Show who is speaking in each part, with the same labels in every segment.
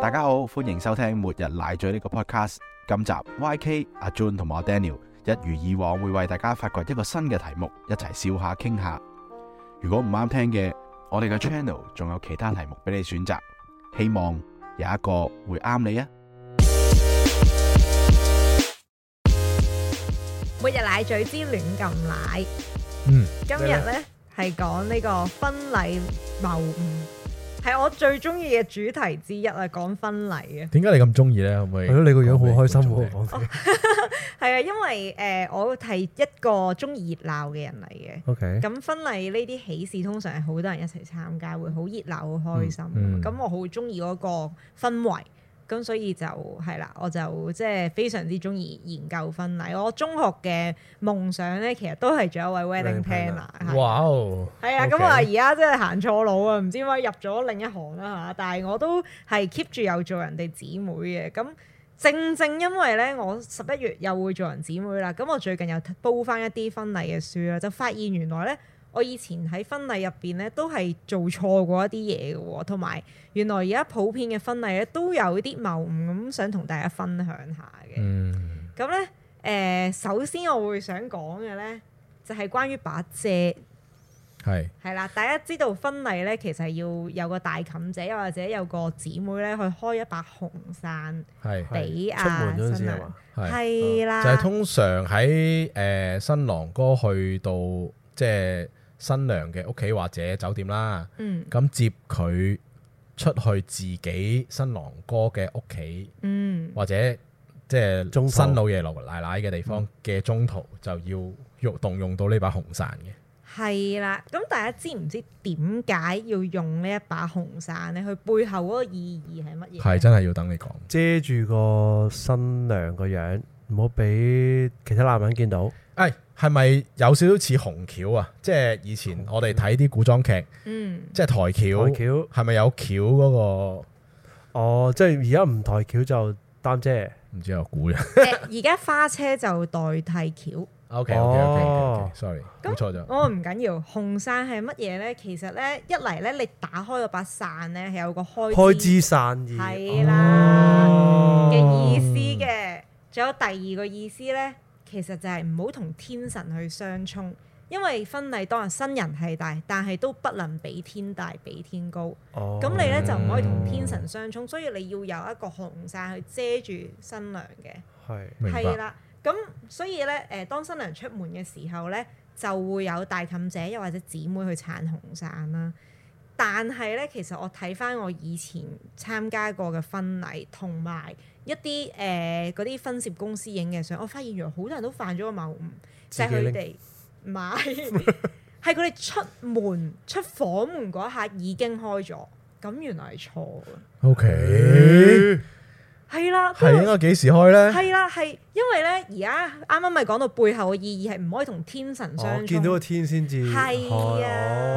Speaker 1: 大家好，歡迎收聽《末日奶嘴》呢個 podcast。今集 YK 阿 Jun 同埋我 Daniel 一如以往會為大家發掘一個新嘅題目，一齊笑下傾下。如果唔啱聽嘅，我哋嘅 channel 仲有其他題目俾你選擇，希望有一個會啱你啊！
Speaker 2: 每日奶嘴之亂撳奶，
Speaker 3: 嗯，
Speaker 2: 今日咧係講呢個婚禮謬誤，係我最中意嘅主題之一啊！講婚禮嘅，
Speaker 3: 點解你咁中意咧？可唔可以？
Speaker 4: 係咯，你個樣好開心喎，講到
Speaker 2: 係啊，因為誒、呃我係一個中意熱鬧嘅人嚟嘅。
Speaker 3: O K，
Speaker 2: 咁婚禮呢啲喜事通常係好多人一齊參加，會好熱鬧、好開心。啊咁、
Speaker 3: 嗯嗯
Speaker 2: 我好中意嗰個氛圍，咁所以就係啦，我就即係非常之中意研究婚禮。我中學嘅夢想咧，其實都係做一位 wedding
Speaker 4: Wedding
Speaker 2: planner
Speaker 4: planner。
Speaker 2: 啊係
Speaker 3: 哇哦，
Speaker 2: 係啊，咁啊而家真係行錯路啊，唔知點解入咗另一行啦嚇，但係我都係 keep 住有做人哋姊妹嘅，咁正正因為咧，我十一月又會做人姊妹啦，咁我最近又煲翻一啲婚禮嘅書啊啦，就發現原來咧。我以前喺婚禮入邊咧，都係做錯過一啲嘢嘅喎，同埋原來而家普遍嘅婚禮咧都有啲謬誤，咁想同大家分享下嘅。
Speaker 3: 嗯，
Speaker 2: 咁咧，誒、首先我會想講嘅咧，就係、關於把遮。
Speaker 3: 係，
Speaker 2: 係啦，大家知道婚禮咧，其實係要有個大冚姐，又或者有個姊妹咧，去開一把紅傘
Speaker 3: 係，
Speaker 2: 俾
Speaker 4: 出
Speaker 2: 啊
Speaker 4: 門嗰陣時
Speaker 2: 新
Speaker 4: 係哦
Speaker 2: 娘
Speaker 4: 嘛？。
Speaker 3: 係，
Speaker 2: 係啦，
Speaker 3: 就係通常喺誒新郎哥去到即係新娘嘅屋企或者酒店啦，
Speaker 2: 嗯
Speaker 3: 咁接佢出去自己新郎哥嘅屋企
Speaker 2: 嗯
Speaker 3: 或者即係
Speaker 4: 中途嗯
Speaker 3: 新老爺老奶奶嘅地方嘅中途就要用動用到呢把紅傘嘅。
Speaker 2: 係啦。咁大家知唔知點解要用呢一把紅傘咧？佢背後嗰個意義係乜嘢？
Speaker 3: 係真係要等你講，
Speaker 4: 遮住個新娘個樣，唔好俾其他男人見到。
Speaker 3: 誒係咪有少少似紅橋啊？即係以前我哋睇啲古裝劇，
Speaker 2: 嗯
Speaker 3: 即係台
Speaker 4: 抬
Speaker 3: 橋，
Speaker 4: 橋，
Speaker 3: 係咪有橋嗰、個？
Speaker 4: 哦，即係而家唔抬橋就擔遮。
Speaker 3: 唔知我估嘅。
Speaker 2: 誒而家花車就代替橋。
Speaker 3: OK
Speaker 4: 哦
Speaker 3: sorry，
Speaker 2: 咁
Speaker 3: 估錯咗。
Speaker 2: 我唔緊要，紅傘係乜嘢咧？其實咧，一嚟咧，你打開嗰把傘咧，係有個開
Speaker 4: 開枝散葉。
Speaker 2: 係啦
Speaker 4: 哦
Speaker 2: 嘅意思嘅。仲有第二個意思咧，其實就係唔好同天神去相衝，因為婚禮當日新人係大，但係都不能比天大比天高。
Speaker 4: 哦。
Speaker 2: 咁、你咧就唔可以同天神相衝，所以你要有一個紅傘去遮住新娘嘅。
Speaker 4: 係
Speaker 3: 明白
Speaker 2: 係啦，咁所以咧，誒、當新娘出門嘅時候咧，就會有大妗姐又或者姊妹去撐紅傘啦。但係咧，其實我睇翻我以前參加過嘅婚禮，同埋一啲誒嗰啲婚攝公司影嘅相，我發現原來好多人都犯咗個謬誤，就係
Speaker 4: 自己
Speaker 2: 佢
Speaker 4: 拎
Speaker 2: 哋唔係， 係佢哋出門出房門嗰一下已經開咗，咁原來係錯嘅。
Speaker 3: OK，
Speaker 2: 係啦，
Speaker 3: 係應啊該幾時開咧？
Speaker 2: 係啦，係因為咧，而家啱啱咪講到背後嘅意義係唔可以同天神相
Speaker 4: 哦，
Speaker 2: 衝，
Speaker 4: 見到個天先至。
Speaker 2: 係啊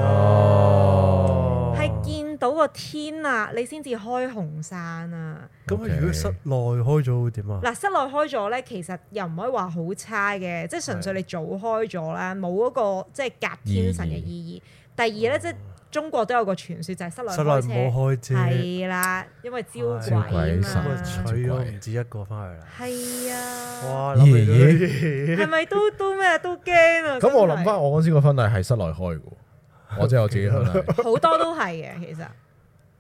Speaker 4: 哦。
Speaker 3: 哦，
Speaker 2: 係見到個天啊，你先至開紅傘啊。
Speaker 4: 咁佢如果室內開咗會點啊？
Speaker 2: 嗱，室內開咗咧，其實又唔可以話好差嘅，即係純粹你早開咗啦，冇嗰、個即係夾天神嘅意義。第二咧，即係中國都有個傳說就係室內
Speaker 4: 室內
Speaker 2: 開
Speaker 4: 唔
Speaker 2: 車，
Speaker 4: 好開遮。
Speaker 2: 係啦，因為招鬼
Speaker 4: 係
Speaker 3: 招鬼
Speaker 2: 啊
Speaker 3: 神
Speaker 4: 咁啊，
Speaker 2: 嘛。
Speaker 4: 娶咗唔止一個翻去啦。
Speaker 2: 係啊，
Speaker 4: 哇！諗起都
Speaker 3: 咦
Speaker 2: 係咪都都咩啊都驚啊！
Speaker 3: 咁我諗
Speaker 2: 真係
Speaker 3: 翻我嗰時個婚禮係室內開嘅喎，我即係我自己婚禮，
Speaker 2: 好多都係嘅，其實。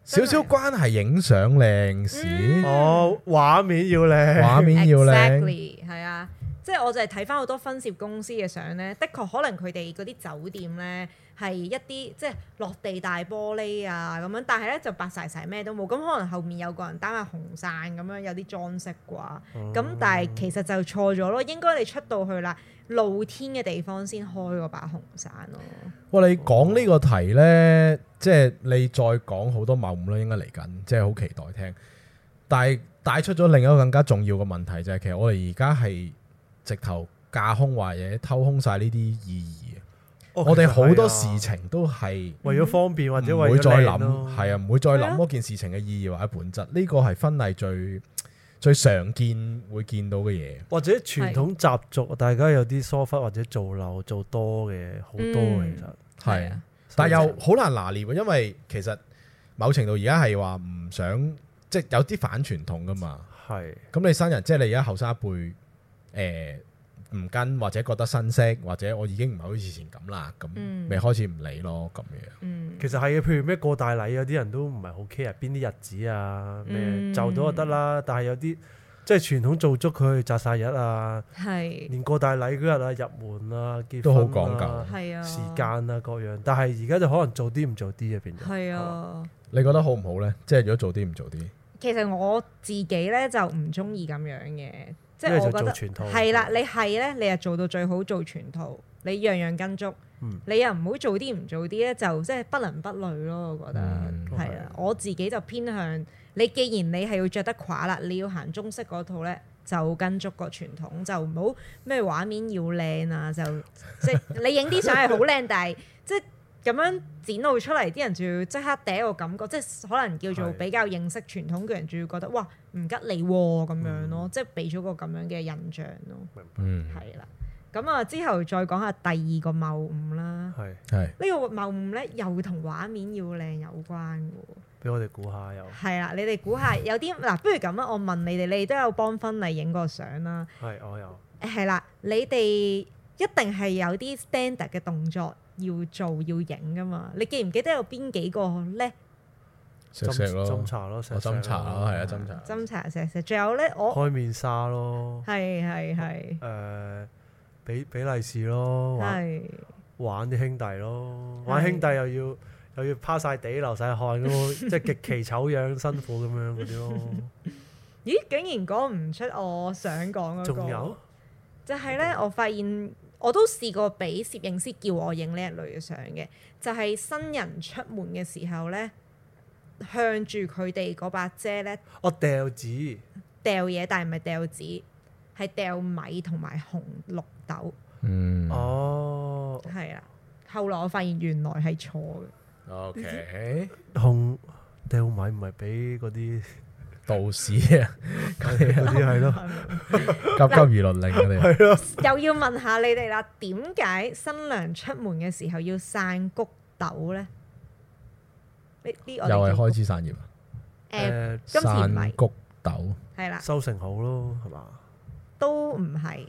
Speaker 3: 少少關係影相靚
Speaker 2: 嗯
Speaker 3: 事，
Speaker 4: 哦，畫面要靚，
Speaker 3: 畫面要靚，
Speaker 2: Exactly，係啊，即係我就係睇翻好多分攝公司嘅相咧，的確可能佢哋嗰啲酒店咧係一啲即係落地大玻璃啊咁樣，但係咧就白晒晒咩都冇，咁可能後面有個人擔下紅傘咁樣，有啲裝飾啩。咁、但係其實就錯咗咯，應該你出到去啦，露天嘅地方先開嗰把紅傘咯。
Speaker 3: 哇！你講呢個題呢，即係你再講好多謬誤啦，應該嚟緊，即係好期待聽。但係帶出咗另一個更加重要嘅問題，就係、其實我哋而家係直頭架空或者偷空晒呢啲意義。
Speaker 4: 哦
Speaker 3: 我哋好多
Speaker 4: 其實係
Speaker 3: 事
Speaker 4: 啊
Speaker 3: 情都係
Speaker 4: 為咗方便或者
Speaker 3: 嗯唔
Speaker 4: 為
Speaker 3: 會
Speaker 4: 咗
Speaker 3: 再
Speaker 4: 靚
Speaker 3: 諗，
Speaker 4: 咯
Speaker 3: 係啊，唔會再
Speaker 2: 係啊
Speaker 3: 諗嗰件事情嘅意義或者本質。呢個係婚禮最最常見會見到嘅嘢。
Speaker 4: 或者傳統習俗，大家有啲疏忽或者做漏做多嘅好多嘅，
Speaker 2: 嗯
Speaker 4: 其實
Speaker 3: 係啊，但又好難拿捏喎，因為其實某程度而家係話唔想即係有啲反傳統噶嘛。
Speaker 4: 係
Speaker 3: 咁你新人即係你而家後生一輩，誒、唔跟或者覺得新式，或者我已經唔係好似以前咁啦，咁
Speaker 2: 嗯
Speaker 3: 咪開始唔理咯咁樣。
Speaker 2: 嗯，
Speaker 4: 其實係嘅，譬如咩過大禮，啊有啲人都唔係好 care 邊啲日子啊，咩
Speaker 2: 嗯
Speaker 4: 就到就得啦。但係有啲即係傳統做足佢擲晒日啊，
Speaker 2: 係
Speaker 4: 連過大禮嗰日啊、入門啊、結婚
Speaker 3: 都好
Speaker 4: 講
Speaker 3: 講究
Speaker 2: 係啊，
Speaker 4: 時間啊各樣。但係而家就可能做啲唔做啲啊， 變咗
Speaker 2: 係，啊。
Speaker 3: 你覺得好唔好呢？即係如果做啲唔做啲，
Speaker 2: 其實我自己咧就唔中意咁樣嘅，即
Speaker 4: 因
Speaker 2: 係
Speaker 4: 為就
Speaker 2: 我覺得
Speaker 4: 做全套嗯
Speaker 2: 係啦，你係咧，你係做到最好做全套，你樣樣跟足，
Speaker 4: 嗯
Speaker 2: 你又唔好做啲唔做啲咧，就即係不倫不類咯。我覺得
Speaker 3: 嗯
Speaker 2: 係啊，我自己就偏向你，既然你係要着得垮啦，你要行中式嗰套咧。就跟足個傳統，就唔好咩畫面要靚啊！就即係你影啲相係好靚，但係即係咁樣展露出嚟，啲人就要即刻第一個感覺，即係可能叫做
Speaker 4: 係
Speaker 2: 比較認識傳統嘅人，就要覺得哇唔吉利喎咁樣咯，即係俾咗個咁樣嘅印象咯，
Speaker 3: 嗯，
Speaker 2: 嗯係啦。咁啊，之後再講下第二個謬誤啦。
Speaker 4: 係
Speaker 3: 係
Speaker 2: 呢個謬誤咧又同畫面要靚有關嘅喎。
Speaker 4: 俾我哋估下又
Speaker 2: 係啦，你哋估下有啲嗱，不如咁啊，我問你哋，你哋都有幫婚禮影過相啦。
Speaker 4: 係我又
Speaker 2: 係啦，你哋一定係有啲 standard 嘅動作要做要影噶嘛？你記唔記得有邊幾個咧？
Speaker 3: 食食
Speaker 4: 斟斟
Speaker 3: 咯，
Speaker 4: 茶咯，
Speaker 3: 我斟茶咯，係啊，斟
Speaker 4: 茶，
Speaker 3: 茶。
Speaker 2: 斟茶石石，仲有咧，我
Speaker 4: 開面紗咯，
Speaker 2: 係係係
Speaker 4: 誒俾俾利是咯，玩
Speaker 2: 係
Speaker 4: 玩啲兄弟咯，玩兄弟又要又要趴晒地流晒汗咁， 即係極其醜樣辛苦咁樣嗰啲咯。
Speaker 2: 咦，竟然講唔出我想講嗰、個，
Speaker 4: 仲有
Speaker 2: 就係咧，我發現我都試過俾攝影師叫我影呢一類嘅相嘅，就係、新人出門嘅時候咧，向住佢哋嗰把遮咧
Speaker 4: 我哦掉紙，
Speaker 2: 掉嘢，但係唔係掉紙，係掉米同埋紅綠豆。
Speaker 3: 嗯
Speaker 4: 哦，
Speaker 2: 係啦。後來我發現原來係錯嘅，
Speaker 3: ，OK，
Speaker 4: 紅掉米唔係俾嗰啲
Speaker 3: 道士啊，
Speaker 4: 嗰啲係咯，
Speaker 3: 急急如律令啊 我哋。
Speaker 4: 係咯，
Speaker 2: 又要問下你哋啦，點解新娘出門嘅時候要散谷豆咧？呢呢我
Speaker 3: 又係
Speaker 2: 哋
Speaker 3: 開始散葉，
Speaker 2: 誒，
Speaker 4: 誒
Speaker 2: 今次唔
Speaker 3: 散
Speaker 2: 係
Speaker 3: 谷豆，
Speaker 2: 係啦，
Speaker 4: 收成好咯，係嘛？
Speaker 2: 都唔係，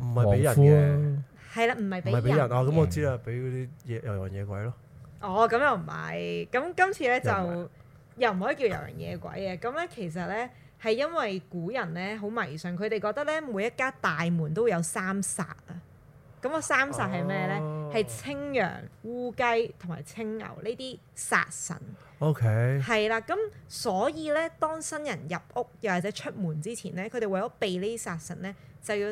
Speaker 4: 唔
Speaker 3: 黃
Speaker 4: 係俾人
Speaker 3: 夫
Speaker 4: 嘅，
Speaker 3: 啊
Speaker 2: 係啦，唔係
Speaker 4: 唔係俾
Speaker 2: 俾
Speaker 4: 人
Speaker 2: 人
Speaker 4: 啊！咁我
Speaker 2: 嘅
Speaker 4: 知啦，俾嗰啲野遊魂野鬼咯，
Speaker 2: 哦，咁又唔係，咁今次咧就
Speaker 3: 又唔
Speaker 2: 又唔可以叫遊人野鬼嘅，咁咧其實咧係因為古人咧好迷信，佢哋覺得咧每一家大門都有三煞啊，咁個三煞係咩咧？
Speaker 4: 哦
Speaker 2: 係青羊、烏雞同埋青牛呢啲殺神，
Speaker 4: OK，
Speaker 2: 係啦，咁所以咧當新人入屋又或者出門之前咧，佢哋為咗避呢啲殺神咧，就要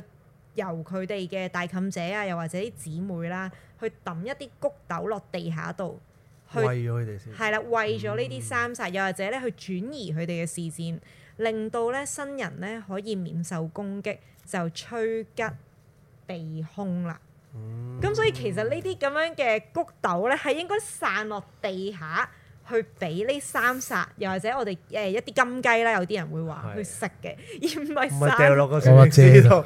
Speaker 2: 由佢哋嘅大妗姐啊，又或者啲姊妹啦，去揼一啲谷豆落地下度去
Speaker 4: 喂咗佢哋先。
Speaker 2: 係啦，為咗呢啲三殺，又或者咧去轉移佢哋嘅視線，令到咧新人咧可以免受攻擊，就趨吉避凶啦。
Speaker 4: 嗯
Speaker 2: 咁、所以其實呢啲咁樣嘅谷豆咧，係應該散落地下去俾呢三殺，又或者我哋誒、呃一啲金雞啦，有啲人會話
Speaker 4: 係
Speaker 2: 去食嘅，而唔係
Speaker 4: 唔
Speaker 2: 散
Speaker 4: 係掉落個
Speaker 3: 我話
Speaker 4: 攝影師
Speaker 3: 遮
Speaker 4: 度，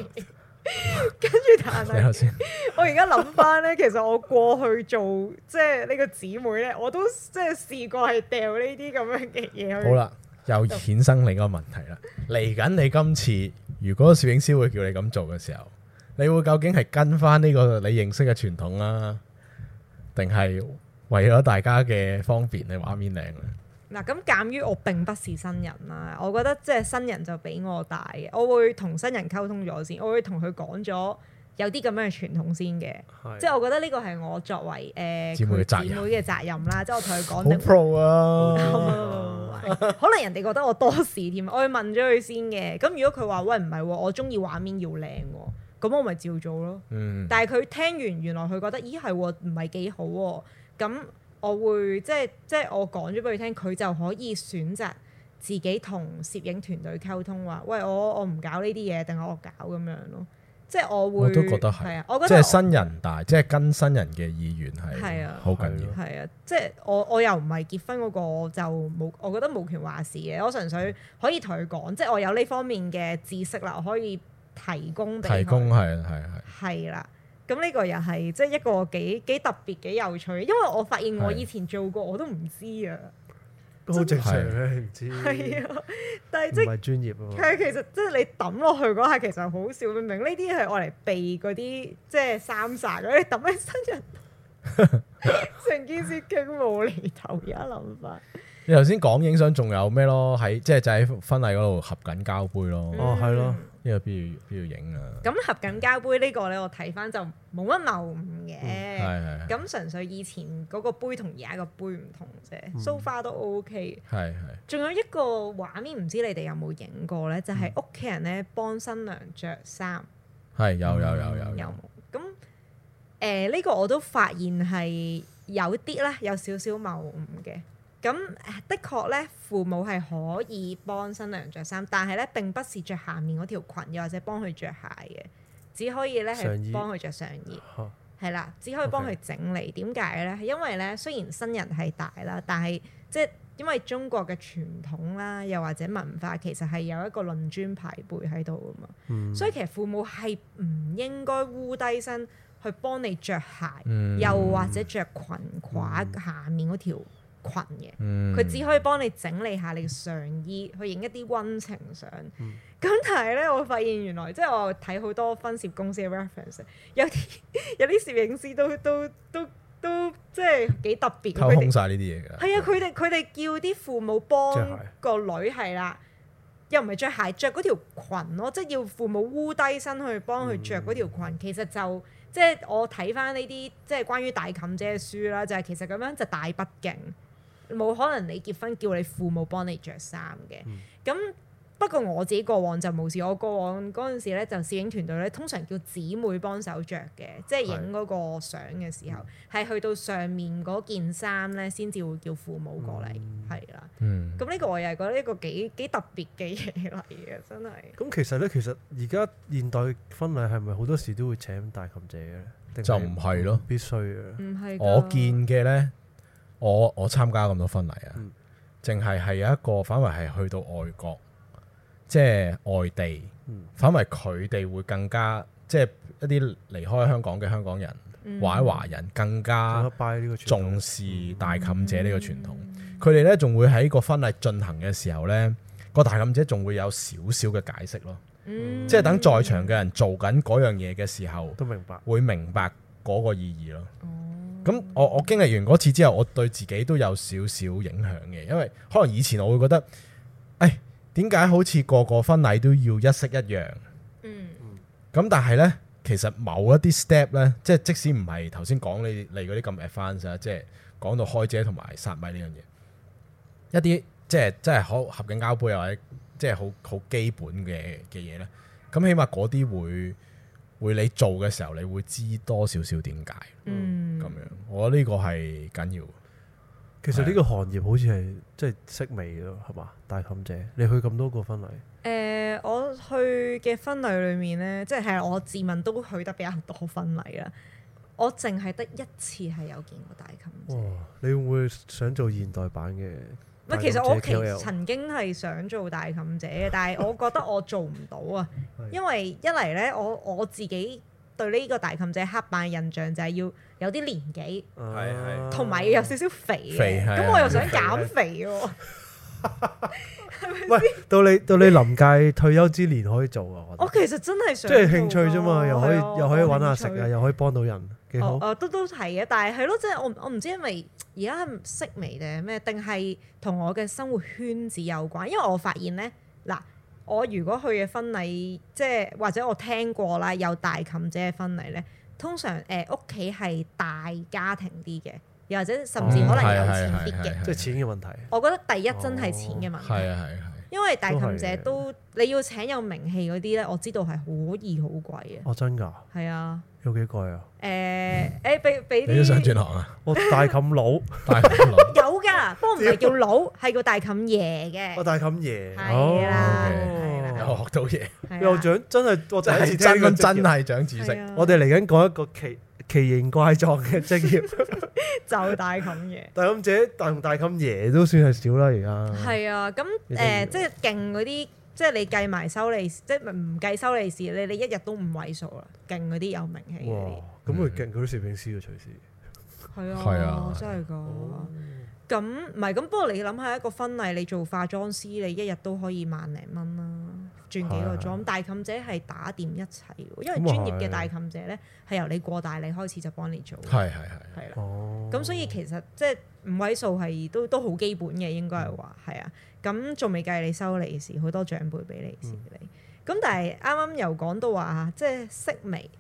Speaker 2: 跟住但
Speaker 3: 你
Speaker 4: 啊
Speaker 3: 頭
Speaker 2: 係。
Speaker 3: 先
Speaker 2: 我而家諗翻咧，其實我過去做即係呢個姊妹咧，我都即係試過係掉呢啲咁樣嘅嘢去
Speaker 3: 好。啦，又衍生另一個問題啦。嚟緊你今次如果攝影師會叫你咁做嘅時候，你會究竟係跟翻呢個你認識嘅傳統啦，定係為咗大家嘅方便你畫面靚啊咧？
Speaker 2: 嗱，咁鑑於我並不是新人啦，我覺得即係新人就比我大嘅，我會同新人溝通咗先，我會同佢講咗有啲咁樣嘅傳統先嘅，
Speaker 4: 係啊
Speaker 2: 即係我覺得呢個係我作為誒
Speaker 3: 姊妹嘅
Speaker 2: 佢
Speaker 3: 責任
Speaker 2: 姊妹嘅責任啦，即係我同佢
Speaker 3: 好
Speaker 2: 講定。
Speaker 3: pro 啊！
Speaker 2: 可能人哋覺得我多事添，我去問咗佢先嘅。咁如果佢話喂唔係喎，我中意畫面要靚喎，咁我咪照做咯。
Speaker 3: 嗯，
Speaker 2: 但係佢聽完原來佢覺得咦係喎，唔係幾好喎。咁我會即係即係我講咗俾佢聽，佢就可以選擇自己同攝影團隊溝通話，喂我我唔搞呢啲嘢，定係我搞咁樣咯。即係我會
Speaker 3: 我都覺得係
Speaker 2: 啊，我覺
Speaker 3: 即
Speaker 2: 得
Speaker 3: 係
Speaker 2: 我
Speaker 3: 新人大，即係跟新人嘅意願
Speaker 2: 係
Speaker 3: 係
Speaker 2: 啊
Speaker 3: 好緊要。
Speaker 2: 係啊，即係我我又唔係結婚嗰個我就冇，我覺得冇權話事嘅。我純粹可以同佢講，即係我有呢方面嘅知識啦，我可以提供俾佢
Speaker 3: 提供係係係
Speaker 2: 係啦。咁呢個又係即係一個幾幾特別幾有趣，因為我發現我
Speaker 3: 係
Speaker 2: 以前做過我都唔知啊。
Speaker 4: 好正常
Speaker 3: 係
Speaker 4: 嘅，唔
Speaker 3: 嗯
Speaker 4: 知
Speaker 2: 係
Speaker 4: 唔
Speaker 2: 啊，但係即係
Speaker 4: 係專業啊嘛。
Speaker 2: 佢其實即係你抌落去嗰下，其實好笑。明明呢啲係愛嚟避嗰啲即係三殺嗰啲，你抌喺身人度，成件事勁無厘頭而家諗法。
Speaker 3: 你頭先講影相仲有咩咯？喺即係就喺婚禮嗰度合緊交杯咯。
Speaker 2: 嗯
Speaker 4: 哦，係咯，
Speaker 3: 呢個必要必要影啊！
Speaker 2: 咁合緊交杯呢個咧，我睇翻就冇乜謬誤嘅。
Speaker 3: 嗯係係係
Speaker 2: 咁純粹以前嗰個杯同而家個杯唔同
Speaker 3: 嗯
Speaker 2: 啫，so far 都 OK。
Speaker 3: 係
Speaker 2: 仲有一個畫面，唔知你哋有冇影過咧？就
Speaker 4: 嗯
Speaker 2: 係屋企人咧幫新娘着衫，
Speaker 3: 係有有有
Speaker 4: 啊
Speaker 3: 有
Speaker 2: 有
Speaker 3: 有
Speaker 2: 冇？咁誒呢個我都發現係有啲咧有少少謬誤嘅。咁誒的確咧，父母係可以幫新娘着衫，但係咧並不是着下面嗰條裙，又或者幫佢着鞋嘅，只可以咧
Speaker 4: 上衣
Speaker 2: 係幫佢着上衣。
Speaker 4: 嚇
Speaker 2: 係啦，只可以幫佢整理。點解咧？係因為咧，雖然新人係大啦，但係即係因為中國嘅傳統啦，又或者文化，其實係有一個論尊排輩喺度噶嘛。
Speaker 4: 嗯
Speaker 2: 所以其實父母係唔應該烏低身去幫你着鞋，
Speaker 3: 嗯
Speaker 2: 又或者着裙胯下面嗰條裙嘅。
Speaker 3: 嗯
Speaker 2: 佢只可以幫你整理下你嘅上衣，去影一啲温情相。咁、
Speaker 4: 嗯
Speaker 2: 但係咧，我發現原來即係我睇好多分攝公司嘅 reference，有啲 有啲攝影師都都都都即係幾特別嘅。
Speaker 3: 溝
Speaker 2: 佢
Speaker 3: 空
Speaker 2: 哋
Speaker 3: 晒呢啲嘢㗎。
Speaker 2: 係啊，佢哋佢哋叫啲父母
Speaker 4: 着
Speaker 2: 幫
Speaker 4: 鞋
Speaker 2: 個女係啦，又唔係着鞋，着嗰條裙咯，即係要父母烏低身去幫佢着嗰條裙。其實就即係我睇翻呢啲即係關於大冚姐嘅書啦，就係、其實咁樣就大不敬。冇可能你結婚叫你父母幫你着衫嘅。
Speaker 3: 嗯
Speaker 2: 咁、不過我自己過往就冇事，我過往嗰陣時咧就攝影團隊咧通常叫姊妹幫手着嘅，即係影嗰個相嘅時
Speaker 3: 嗯
Speaker 2: 候，係去到上面嗰件衫咧先至會叫父母過嚟，係啦、
Speaker 3: 嗯
Speaker 2: 咁呢個我又係覺得一個幾幾特別嘅嘢嚟嘅，真係。
Speaker 4: 咁其實咧，其實而家現代婚禮係咪好多時都會請大琴姐嘅咧？定
Speaker 3: 就唔係咯，
Speaker 4: 必須嘅。
Speaker 2: 唔係㗎
Speaker 3: 我見嘅咧，我我參加咁多婚禮啊
Speaker 4: 嗯，
Speaker 3: 淨係係有一個反為係去到外國，即係外地
Speaker 4: 嗯，
Speaker 3: 反為佢哋會更加即係一啲離開香港嘅香港人
Speaker 2: 嗯
Speaker 3: 或者華人更
Speaker 4: 仲有
Speaker 3: 加
Speaker 4: 拜呢個傳統
Speaker 3: 重視大冚者呢個傳統。佢哋咧仲會喺個婚禮進行嘅時候咧，個大冚者仲會有少少嘅解釋咯，
Speaker 2: 嗯
Speaker 3: 即係等在場嘅人做緊嗰樣嘢嘅時候，
Speaker 4: 都明白。
Speaker 3: 會明白嗰個意義咯。咁我我經歷完嗰次之後，我對自己都有少少影響嘅，因為可能以前我會覺得，誒點解好似個個婚禮都要一式一樣？
Speaker 2: 嗯
Speaker 3: 咁但係呢，其實某一啲 step 呢，即係即使唔係頭先講你嚟嗰啲咁 advance 啊，即係講到開遮同埋殺米呢樣嘢，一啲即係即係好合緊交杯啊又或者即係好好基本嘅嘅嘢呢。咁起碼嗰啲會會你做嘅時候，你會知多少少點解
Speaker 2: 嗯
Speaker 3: 咁樣。我覺得呢個係緊要。
Speaker 4: 其實呢個行業好似係即係識味咯，係嘛？大琴姐，你去咁多個婚禮，
Speaker 2: 誒、我去嘅婚禮裏面咧，即係我自問都去得比較多婚禮啦。我淨係得一次係有見過大琴姐。
Speaker 4: 哇！你會唔會想做現代版嘅？
Speaker 2: 唔係，其實我屋
Speaker 4: 大
Speaker 2: 企
Speaker 4: 琴姐 KOL
Speaker 2: 曾經係想做大琴姐嘅，但係我覺得我做唔到啊，因為一嚟咧，我我自己對呢個大琴姐黑板印象就係要有啲年紀，
Speaker 4: 啊
Speaker 3: 係係
Speaker 2: 同埋要有少少肥
Speaker 3: 肥
Speaker 2: 嘅，
Speaker 3: 係
Speaker 2: 咁我又
Speaker 3: 係
Speaker 2: 想
Speaker 4: 肥
Speaker 2: 減
Speaker 4: 係
Speaker 2: 肥喎。
Speaker 4: 喂，到你到你臨界退休之年可以做啊！
Speaker 2: 我
Speaker 4: 我
Speaker 2: 其實真係
Speaker 4: 覺
Speaker 2: 想
Speaker 4: 得即係
Speaker 2: 做
Speaker 4: 興趣啫嘛，
Speaker 2: 㗎
Speaker 4: 又可以
Speaker 2: 係啊
Speaker 4: 又可以
Speaker 2: 我
Speaker 4: 揾下
Speaker 2: 興
Speaker 4: 食
Speaker 2: 趣
Speaker 4: 啊，又可以幫到人，幾好
Speaker 2: 哦。哦，都都係嘅，但係係咯，即係我唔我唔知，因為而家係識微定係咩，定係同我嘅生活圈子有關。因為我發現咧，嗱，我如果去嘅婚禮，即係或者我聽過啦，有大妗姐嘅婚禮咧，通常誒屋企係大家庭啲嘅，又或者甚至可能有錢啲
Speaker 3: 嗯係係係係
Speaker 2: 嘅。
Speaker 4: 即係錢嘅問題。
Speaker 2: 我覺得第一真係錢嘅問題。
Speaker 3: 係啊係啊
Speaker 2: 因為大妗姐
Speaker 4: 都
Speaker 2: 都你要請有名氣嗰啲咧，我知道係好易好貴嘅，
Speaker 4: 哦，真㗎，
Speaker 2: 係啊，
Speaker 4: 有幾貴啊？
Speaker 2: 誒誒俾俾
Speaker 3: 係，啊你都想
Speaker 2: 啲
Speaker 3: 轉行 啊？
Speaker 4: 我大冚 佬，
Speaker 3: 大佬
Speaker 2: 有 噶，不過唔係叫佬，係叫大冚爺
Speaker 4: 我
Speaker 2: 嘅。
Speaker 4: 大冚爺。
Speaker 2: 係啦，
Speaker 4: 哦
Speaker 2: 係啦
Speaker 3: 又學到嘢，
Speaker 2: 係
Speaker 4: 又
Speaker 2: 啦
Speaker 4: 長真係我第一次
Speaker 3: 係
Speaker 4: 聽呢
Speaker 3: 真
Speaker 4: 個職業
Speaker 3: 真係長知識
Speaker 2: 係。啊
Speaker 4: 我哋嚟緊講一個奇奇形怪狀嘅職 業，
Speaker 2: 就大冚爺。
Speaker 4: 大冚姐、大同大冚爺都算係少啦，而家。
Speaker 2: 係啊，咁
Speaker 4: 嗯你都要
Speaker 2: 誒，即係勁嗰啲，即係你計埋收利，即係唔計收利是，你你一日都五位數啦。勁嗰啲有名氣嗰
Speaker 4: 哇
Speaker 2: 啲，！
Speaker 3: 嗯
Speaker 4: 咁佢勁，佢啲攝影師嘅隨時。
Speaker 2: 係啊，
Speaker 3: 係啊
Speaker 2: 真係㗎。
Speaker 4: 哦
Speaker 2: 咁唔係咁，不過你諗下一個婚禮，你做化妝師，你一日都可以萬零蚊啦，轉幾個
Speaker 4: 係啊
Speaker 2: 妝。大冚姐係打掂一齊喎，因為
Speaker 4: 咁啊
Speaker 2: 專業嘅
Speaker 4: 係
Speaker 2: 大冚姐咧係由你過大你開始就幫你做，
Speaker 3: 係係係。
Speaker 2: 係啦。啊
Speaker 4: 哦，
Speaker 2: 咁所以其實即係五位數係都都好基本嘅，應該係話係啊。咁仲未計你收利是，好多長輩俾利是你。咁、但係啱啱又講到話，即係息微，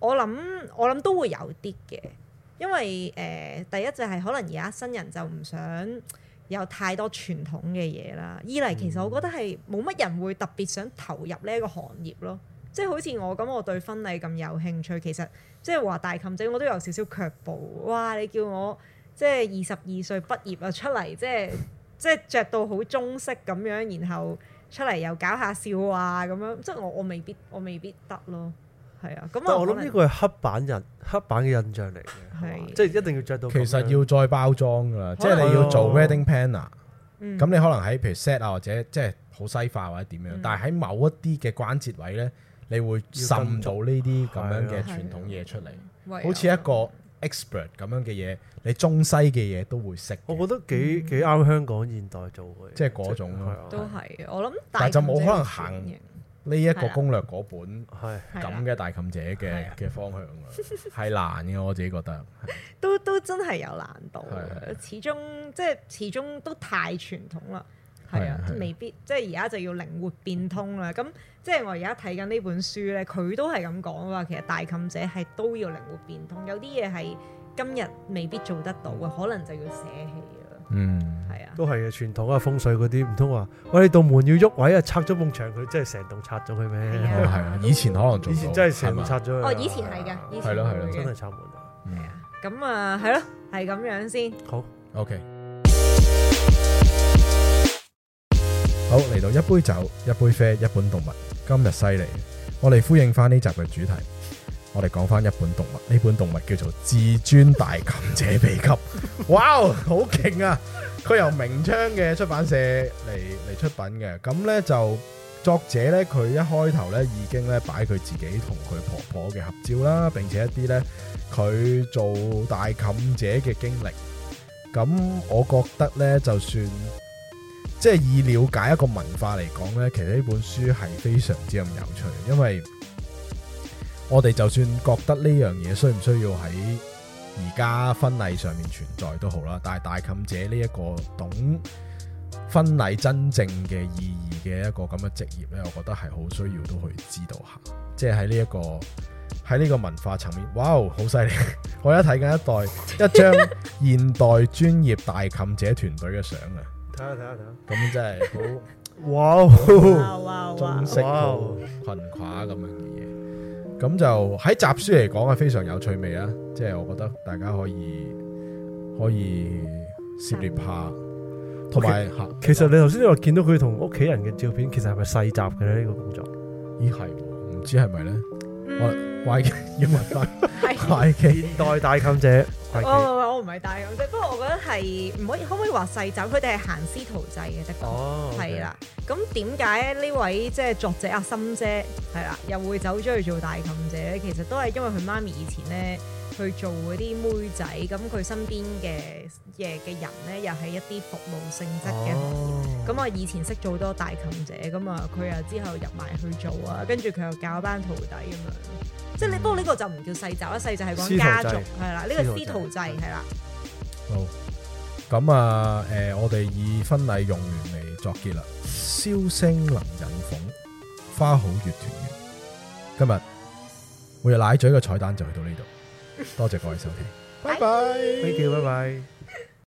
Speaker 2: 我諗我諗都會有啲嘅，因為誒、呃第一就係可能而家新人就唔想。有太多傳統嘅嘢啦。二
Speaker 3: 嗯
Speaker 2: 嚟其實我覺得係冇乜人會特別想投入呢一個行業咯。即係好似我咁，我對婚禮咁有興趣，其實即係話大冚仔我都有少少卻步。哇！你叫我即係二十二歲畢業啊出嚟，即係即係著到好中式咁樣，然後出嚟又搞下笑啊咁樣，即係我我未必我未必得咯。係啊，咁
Speaker 4: 但我
Speaker 2: 可
Speaker 4: 諗
Speaker 2: 能
Speaker 4: 呢個係黑板印黑板嘅印象嚟嘅，
Speaker 2: 係
Speaker 4: 即係一定要着到咁
Speaker 3: 其
Speaker 4: 樣。
Speaker 3: 實要再包裝㗎啦，即
Speaker 2: 可
Speaker 3: 係
Speaker 2: 能
Speaker 3: 你要做
Speaker 4: 係啊
Speaker 3: wedding planner，
Speaker 2: 嗯
Speaker 3: 咁你可能喺譬如 set 啊，或者即係好西化或者點樣，
Speaker 2: 嗯
Speaker 3: 但係喺某一啲嘅關節位呢，你會滲到呢啲咁樣
Speaker 2: 啊
Speaker 3: 嘅傳統嘢出嚟，
Speaker 2: 唯有
Speaker 3: 好似一個 expert 咁樣嘅嘢，你中西嘅嘢都會識嘅，
Speaker 4: 我覺得
Speaker 2: 嗯
Speaker 4: 幾幾啱香港現代做嘅，
Speaker 3: 即係嗰種咯
Speaker 4: 係啊
Speaker 2: 都係我諗，
Speaker 3: 但係就冇可能行呢一個
Speaker 2: 係啦
Speaker 3: 攻略嗰本
Speaker 4: 係
Speaker 2: 係啦
Speaker 3: 咁嘅大冚姐
Speaker 2: 係
Speaker 3: 嘅
Speaker 2: 啊
Speaker 3: 嘅方向啦，係難嘅我自己覺得，
Speaker 2: 都都真係有難度
Speaker 3: 係
Speaker 2: 嘅，始終即係始終都太傳統啦，係啊
Speaker 3: 係，
Speaker 2: 即
Speaker 3: 係
Speaker 2: 係未必即係而家就要靈活變通啦。咁即係我而家睇緊呢本書咧，佢都係咁講話，其實大冚者係都要靈活變通，有啲嘢係今日未必做得到嘅，可能就要捨棄啦，
Speaker 3: 嗯，
Speaker 2: 係啊，
Speaker 4: 都係嘅傳統啊風水嗰啲，唔通話喂你道門要喐位啊，拆咗埲牆佢，真係成棟拆咗佢
Speaker 2: 係啊
Speaker 3: 哦係
Speaker 4: 咩？
Speaker 3: 啊，以前可能做
Speaker 4: 以前真係
Speaker 3: 到
Speaker 4: 成
Speaker 3: 係嘛
Speaker 4: 棟拆咗佢啊。
Speaker 2: 哦以前係嘅以前
Speaker 3: 係咯係咯
Speaker 2: 會嘅
Speaker 4: 真係拆門啊！
Speaker 3: 嗯
Speaker 2: 係啊，咁啊係咯，係咁樣先，
Speaker 4: 好，
Speaker 3: OK。好，嚟到一杯酒、一杯啡、一本動物。今日犀利，我哋呼應翻呢集嘅主題，我哋講翻一本動物。呢本動物叫做《至尊大冚者秘笈》。哇，好勁啊！佢由明昌嘅出版社嚟嚟出品嘅，咁呢就作者呢，佢一開頭呢已經呢擺佢自己同佢婆婆嘅合照啦，並且一啲呢佢做大冚者嘅經歷。咁我覺得呢，就算即係以了解一個文化嚟講呢，其實呢本書係非常之咁有趣，因為我哋就算覺得呢樣嘢需唔需要喺而家婚禮上面存在都好啦，但係大冚者呢一個懂婚禮真正嘅意義嘅一個咁嘅職業呢，我覺得係好需要都去知道下，即係喺呢一個喺呢個文化層面，哇，好犀利！我而家睇緊一代一張現代專業大冚者團隊嘅相啊！
Speaker 4: 睇下睇下睇下。
Speaker 3: 咁真係好
Speaker 4: 哇！
Speaker 3: 哦
Speaker 2: 哇哇哇
Speaker 3: 中，式好困垮咁樣嘅嘢。咁就喺雜書嚟講係啊非常有趣味啦，即係我覺得大家可以可以涉獵下，同埋嚇，
Speaker 4: 其實你頭先你話見到佢同屋企人嘅照片，其實係咪細集嘅咧？呢個工作
Speaker 2: 哦
Speaker 3: 咦係喎唔知係咪咧？
Speaker 2: 嗯
Speaker 3: 壞 要問翻
Speaker 2: 係
Speaker 3: 壞機，
Speaker 4: 現代大冚者，
Speaker 2: 我我我唔係大咁啫，不過我覺得係唔可以，可唔可以話細走？佢哋係行師徒制嘅，的確。
Speaker 4: 哦
Speaker 2: 係啊啦，咁點解呢位即係作者阿心姐係啦，又會走咗去做大冚姐咧？其實都係因為佢媽咪以前咧去做嗰啲妹仔，咁佢身邊嘅嘅嘅人咧，又係一啲服務性質嘅
Speaker 4: 哦
Speaker 2: 行業。咁我以前識做好多大琴姐咁啊，佢啊之後入埋去做啊，跟住佢又教班徒弟咁樣，即係你不過呢個就唔叫世襲啦，世襲係
Speaker 4: 嗯師徒
Speaker 2: 講
Speaker 4: 制
Speaker 2: 家族係啦，呢個
Speaker 4: 師
Speaker 2: 師
Speaker 4: 徒
Speaker 2: 徒
Speaker 4: 制
Speaker 2: 制係啦，
Speaker 3: 好咁啊誒、我哋以婚禮用完嚟作結啦。簫聲能引鳳，花好月團圓。今日 每日奶嘴嘅彩蛋就去到呢度，多謝各位收聽，拜拜。
Speaker 4: ，thank you，拜拜。